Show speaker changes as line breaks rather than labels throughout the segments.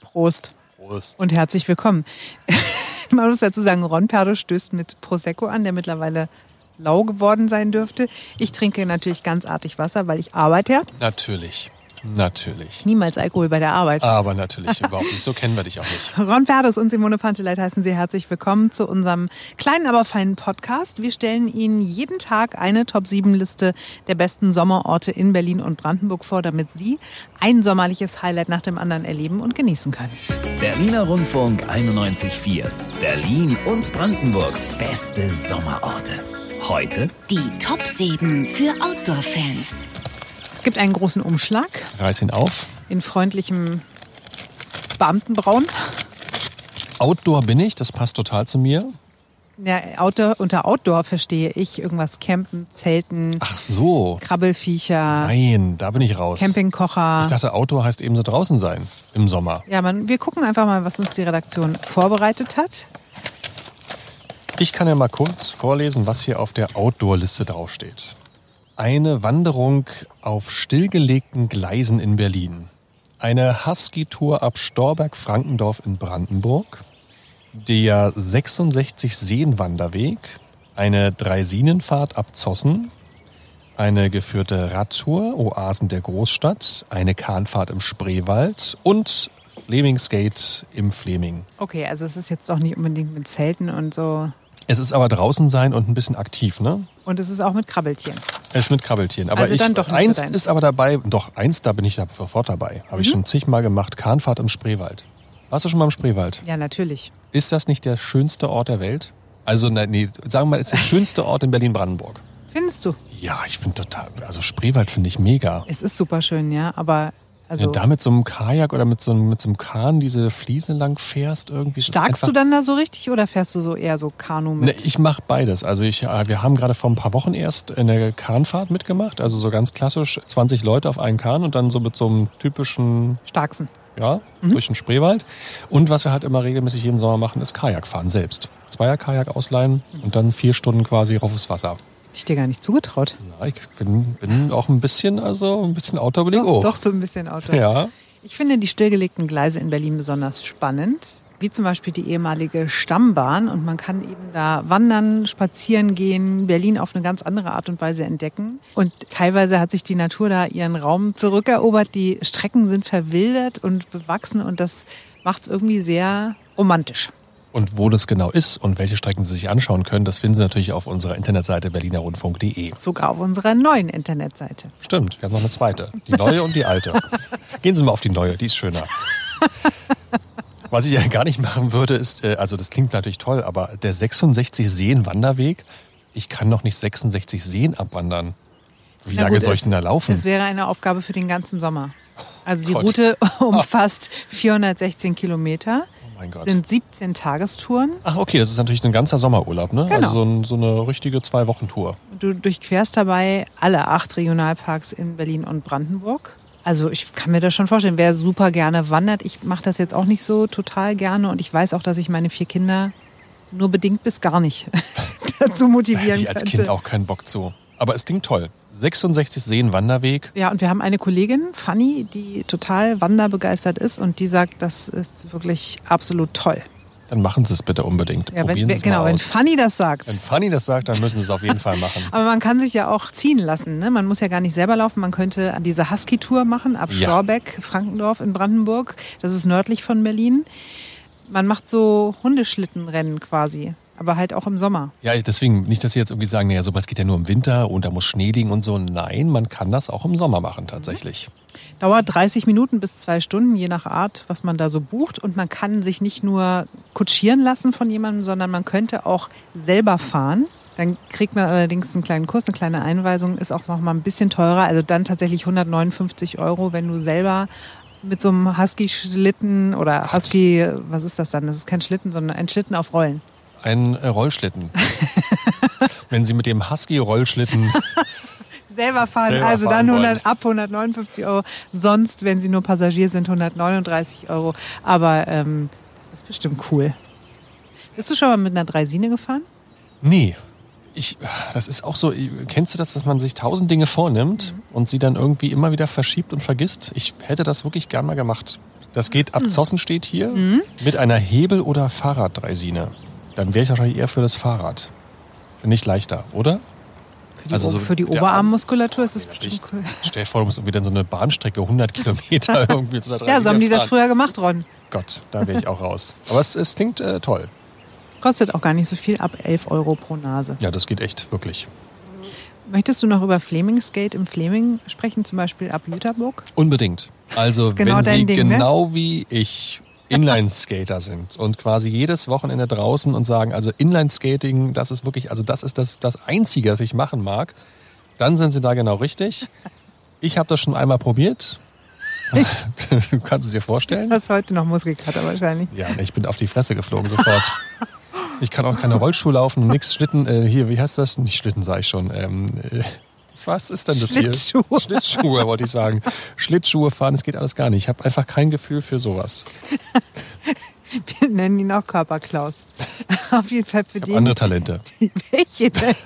Prost
Prost.
und herzlich willkommen. Man muss dazu sagen, Ron Perdo stößt mit Prosecco an, der mittlerweile lau geworden sein dürfte. Ich trinke natürlich ganz artig Wasser, weil ich arbeite ja.
natürlich. Natürlich.
Niemals Alkohol bei der Arbeit.
Aber natürlich überhaupt nicht. So kennen wir dich auch nicht.
Ron Verdes und Simone Panteleit heißen Sie herzlich willkommen zu unserem kleinen, aber feinen Podcast. Wir stellen Ihnen jeden Tag eine Top-7-Liste der besten Sommerorte in Berlin und Brandenburg vor, damit Sie ein sommerliches Highlight nach dem anderen erleben und genießen können.
Berliner Rundfunk 91.4. Berlin und Brandenburgs beste Sommerorte. Heute
Die Top 7 für Outdoor-Fans.
Es gibt einen großen Umschlag
Reiß ihn auf.
in freundlichem Beamtenbraun.
Outdoor bin ich, das passt total zu mir.
Ja, Outdoor, unter Outdoor verstehe ich irgendwas Campen, Zelten,
Ach so.
Krabbelfiecher,
Nein, da bin ich raus.
Campingkocher.
Ich dachte, Outdoor heißt eben so draußen sein. Im Sommer.
Ja, man, wir gucken einfach mal, was uns die Redaktion vorbereitet hat.
Ich kann ja mal kurz vorlesen, was hier auf der Outdoor-Liste draufsteht. Eine Wanderung auf stillgelegten Gleisen in Berlin. Eine Husky-Tour ab Storberg-Frankendorf in Brandenburg. Der 66 Seenwanderweg. Eine Dreisinenfahrt ab Zossen. Eine geführte Radtour, Oasen der Großstadt. Eine Kahnfahrt im Spreewald. Und Flemingsgate im Fleming.
Okay, also es ist jetzt doch nicht unbedingt mit Zelten und so.
Es ist aber draußen sein und ein bisschen aktiv, ne?
Und es ist auch mit Krabbeltieren.
Es mit Krabbeltieren. Aber
Also
ich,
dann doch nicht
eins
so deins.
ist aber dabei, doch eins, da bin ich da sofort dabei. Habe ich
Mhm.
schon zigmal gemacht. Kahnfahrt im Spreewald. Warst du schon mal im Spreewald?
Ja, natürlich.
Ist das nicht der schönste Ort der Welt? Also, nein, nee, sagen wir mal, ist der schönste Ort in Berlin-Brandenburg.
Findest du?
Ja, ich finde total, also Spreewald finde ich mega.
Es ist super schön, ja, aber
Wenn
also
du da mit so einem Kajak oder mit so einem, mit so einem Kahn diese Fliese lang fährst, irgendwie. ist das
starkst du
einfach-
dann da so richtig oder fährst du so eher so Kanu
Ne,
mit?
ich mache beides. Also ich, äh, wir haben gerade vor ein paar Wochen erst eine Kahnfahrt mitgemacht, also so ganz klassisch 20 Leute auf einen Kahn und dann so mit so einem typischen
Starksten.
ja, durch den Spreewald. Und was wir halt immer regelmäßig jeden Sommer machen, ist Kajakfahren selbst. Zweier Kajak ausleihen und dann vier Stunden quasi rauf aufs Wasser.
Hätte Ich dir gar nicht zugetraut.
Ja, ich bin, bin auch ein bisschen, also ein bisschen outdoorbedingt auch.
Doch so ein bisschen Auto.
Ja.
Ich finde die stillgelegten Gleise in Berlin besonders spannend, wie zum Beispiel die ehemalige Stammbahn. Und man kann eben da wandern, spazieren gehen, Berlin auf eine ganz andere Art und Weise entdecken. Und teilweise hat sich die Natur da ihren Raum zurückerobert. Die Strecken sind verwildert und bewachsen und das macht es irgendwie sehr romantisch.
Und wo das genau ist und welche Strecken Sie sich anschauen können, das finden Sie natürlich auf unserer Internetseite berlinerrundfunk.de.
Sogar auf unserer neuen Internetseite.
Stimmt, wir haben noch eine zweite. Die neue und die alte. Gehen Sie mal auf die neue, die ist schöner. Was ich ja gar nicht machen würde, ist, äh, also das klingt natürlich toll, aber der 66 Seen Wanderweg, ich kann noch nicht 66 Seen abwandern. Wie
Na
lange
gut,
soll
es-
ich denn da laufen? Oh
Das wäre eine Aufgabe für den ganzen Sommer. Also die
Gott. Ah.
Route umfasst 416 Kilometer.
Oh mein Gott.
Sind 17 Tagestouren.
Ach, okay, das ist natürlich ein ganzer Sommerurlaub, ne?
Genau.
Also so, ein, so eine richtige Zwei-Wochen-Tour.
Du durchquerst dabei alle acht Regionalparks in Berlin und Brandenburg. Also ich kann mir das schon vorstellen, wer super gerne wandert. Ich mache das jetzt auch nicht so total gerne und ich weiß auch, dass ich meine vier Kinder nur bedingt bis gar nicht dazu
Da hätte
motivieren
ich als
könnte.
Kind auch keinen Bock zu. Aber es klingt toll. 66 Seen Wanderweg.
Ja, und wir haben eine Kollegin, Fanny, die total wanderbegeistert ist und die sagt, das ist wirklich absolut toll.
Dann machen Sie es bitte unbedingt.
Ja, wenn,
Probieren Sie es
genau,
mal
wenn
aus.
Fanny das sagt.
Wenn Fanny das sagt, dann müssen Sie es auf jeden Fall machen.
Aber man kann sich ja auch ziehen lassen. Ne? Man muss ja gar nicht selber laufen. Man könnte diese Husky-Tour machen ab
Ja.
Storbeck, Frankendorf in Brandenburg. Das ist nördlich von Berlin. Man macht so Hundeschlittenrennen quasi. Aber halt auch im Sommer.
Ja, deswegen, nicht, dass Sie jetzt irgendwie sagen, naja, sowas geht ja nur im Winter und da muss Schnee liegen und so. Nein, man kann das auch im Sommer machen tatsächlich.
Dauert 30 Minuten bis zwei Stunden, je nach Art, was man da so bucht. Und man kann sich nicht nur kutschieren lassen von jemandem, sondern man könnte auch selber fahren. Dann kriegt man allerdings einen kleinen Kurs, eine kleine Einweisung, ist auch noch mal ein bisschen teurer. Also dann tatsächlich 159 Euro, wenn du selber mit so einem Husky-Schlitten oder Husky, was ist das dann? Das ist kein Schlitten, sondern ein Schlitten auf Rollen.
Ein äh, Rollschlitten. Wenn Sie mit dem Husky-Rollschlitten,
Selber fahren,
Selber
also
fahren
dann
wollen.
100, ab 159 Euro. Sonst, wenn sie nur Passagier sind, 139 Euro. Aber ähm, das ist bestimmt cool. Bist du schon mal mit einer Dreisine gefahren?
nee, ich, das ist auch so, äh, kennst du das, dass man sich tausend Dinge vornimmt und sie dann irgendwie immer wieder verschiebt und vergisst? Ich hätte das wirklich gern mal gemacht. Das geht ab Zossen steht hier mit einer Hebel- oder Fahrraddreisine. Dann wäre ich wahrscheinlich eher für das Fahrrad. Finde ich leichter, oder?
Für die,
Also
O-
so
für die
der
Oberarmmuskulatur ist es
Ich
bestimmt cool.
stell dir vor, du musst irgendwie dann so eine Bahnstrecke 100 Kilometer irgendwie zu einer
Ja, so haben die das
Dreisine fahren.
früher gemacht, Ron.
Gott, da wäre ich auch raus. Aber es, es klingt äh, toll.
Kostet auch gar nicht so viel, ab 11 Euro pro Nase.
Ja, das geht echt, wirklich.
Möchtest du noch über Flemingsgate im Fleming sprechen, zum Beispiel ab Jüterburg?
Unbedingt. Also,
Ist genau
wenn Sie
dein Ding, ne?
genau wie ich Inline-Skater sind und quasi jedes Wochenende draußen und sagen, also Inline-Skating, das ist wirklich, also das ist das, das Einzige, was ich machen mag, dann sind Sie da genau richtig. Ich habe das schon einmal probiert. du kannst es dir vorstellen.
Hast heute noch Muskelkater wahrscheinlich.
Ja, ich bin auf die Fresse geflogen sofort. Ich kann auch keine Rollschuhe laufen, nix Schlitten. Äh, hier, wie heißt das? Nicht Schlitten, sag ich schon. Ähm, äh, was ist denn das hier?
Schlittschuhe.
Schlittschuhe, wollte ich sagen. Schlittschuhe fahren, das geht alles gar nicht. Ich habe einfach kein Gefühl für sowas.
Wir nennen ihn auch Körperklaus. Auf jeden Fall für
Ich habe andere
den.
Talente.
Welche denn?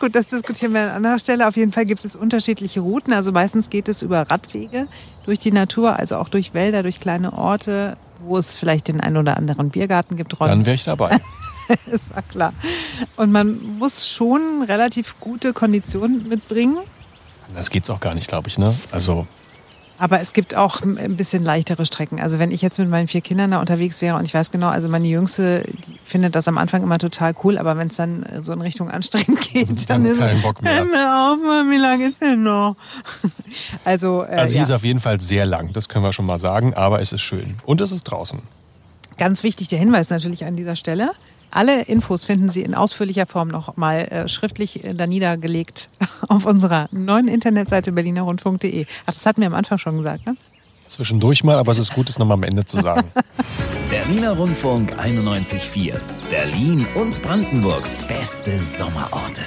Gut, das diskutieren wir an anderer Stelle. Auf jeden Fall gibt es unterschiedliche Routen. Also meistens geht es über Radwege durch die Natur, also auch durch Wälder, durch kleine Orte, wo es vielleicht den einen oder anderen Biergarten gibt. Ron
Dann wäre ich dabei.
Das war klar. Und man muss schon relativ gute Konditionen mitbringen.
Das geht's auch gar nicht, glaube ich. Ne? Also,
Aber es gibt auch ein bisschen leichtere Strecken. Also wenn ich jetzt mit meinen vier Kindern da unterwegs wäre und ich weiß genau, also meine Jüngste die findet das am Anfang immer total cool, aber wenn es dann äh, so in Richtung anstrengend geht,
Dann
dann, ist
keinen Bock mehr.
Hör mir auf, Mann, wie lange ist denn noch? Also, äh,
also
ja.
sie ist auf jeden Fall sehr lang, das können wir schon mal sagen, aber es ist schön. Und es ist draußen.
Ganz wichtig der Hinweis natürlich an dieser Stelle. Alle Infos finden Sie in ausführlicher Form nochmal äh, schriftlich äh, da niedergelegt auf unserer neuen Internetseite berlinerrundfunk.de. Ach, das hatten wir am Anfang schon gesagt, ne?
Zwischendurch mal, aber es ist gut, es nochmal am Ende zu sagen.
Berliner Rundfunk 91.4. Berlin und Brandenburgs beste Sommerorte.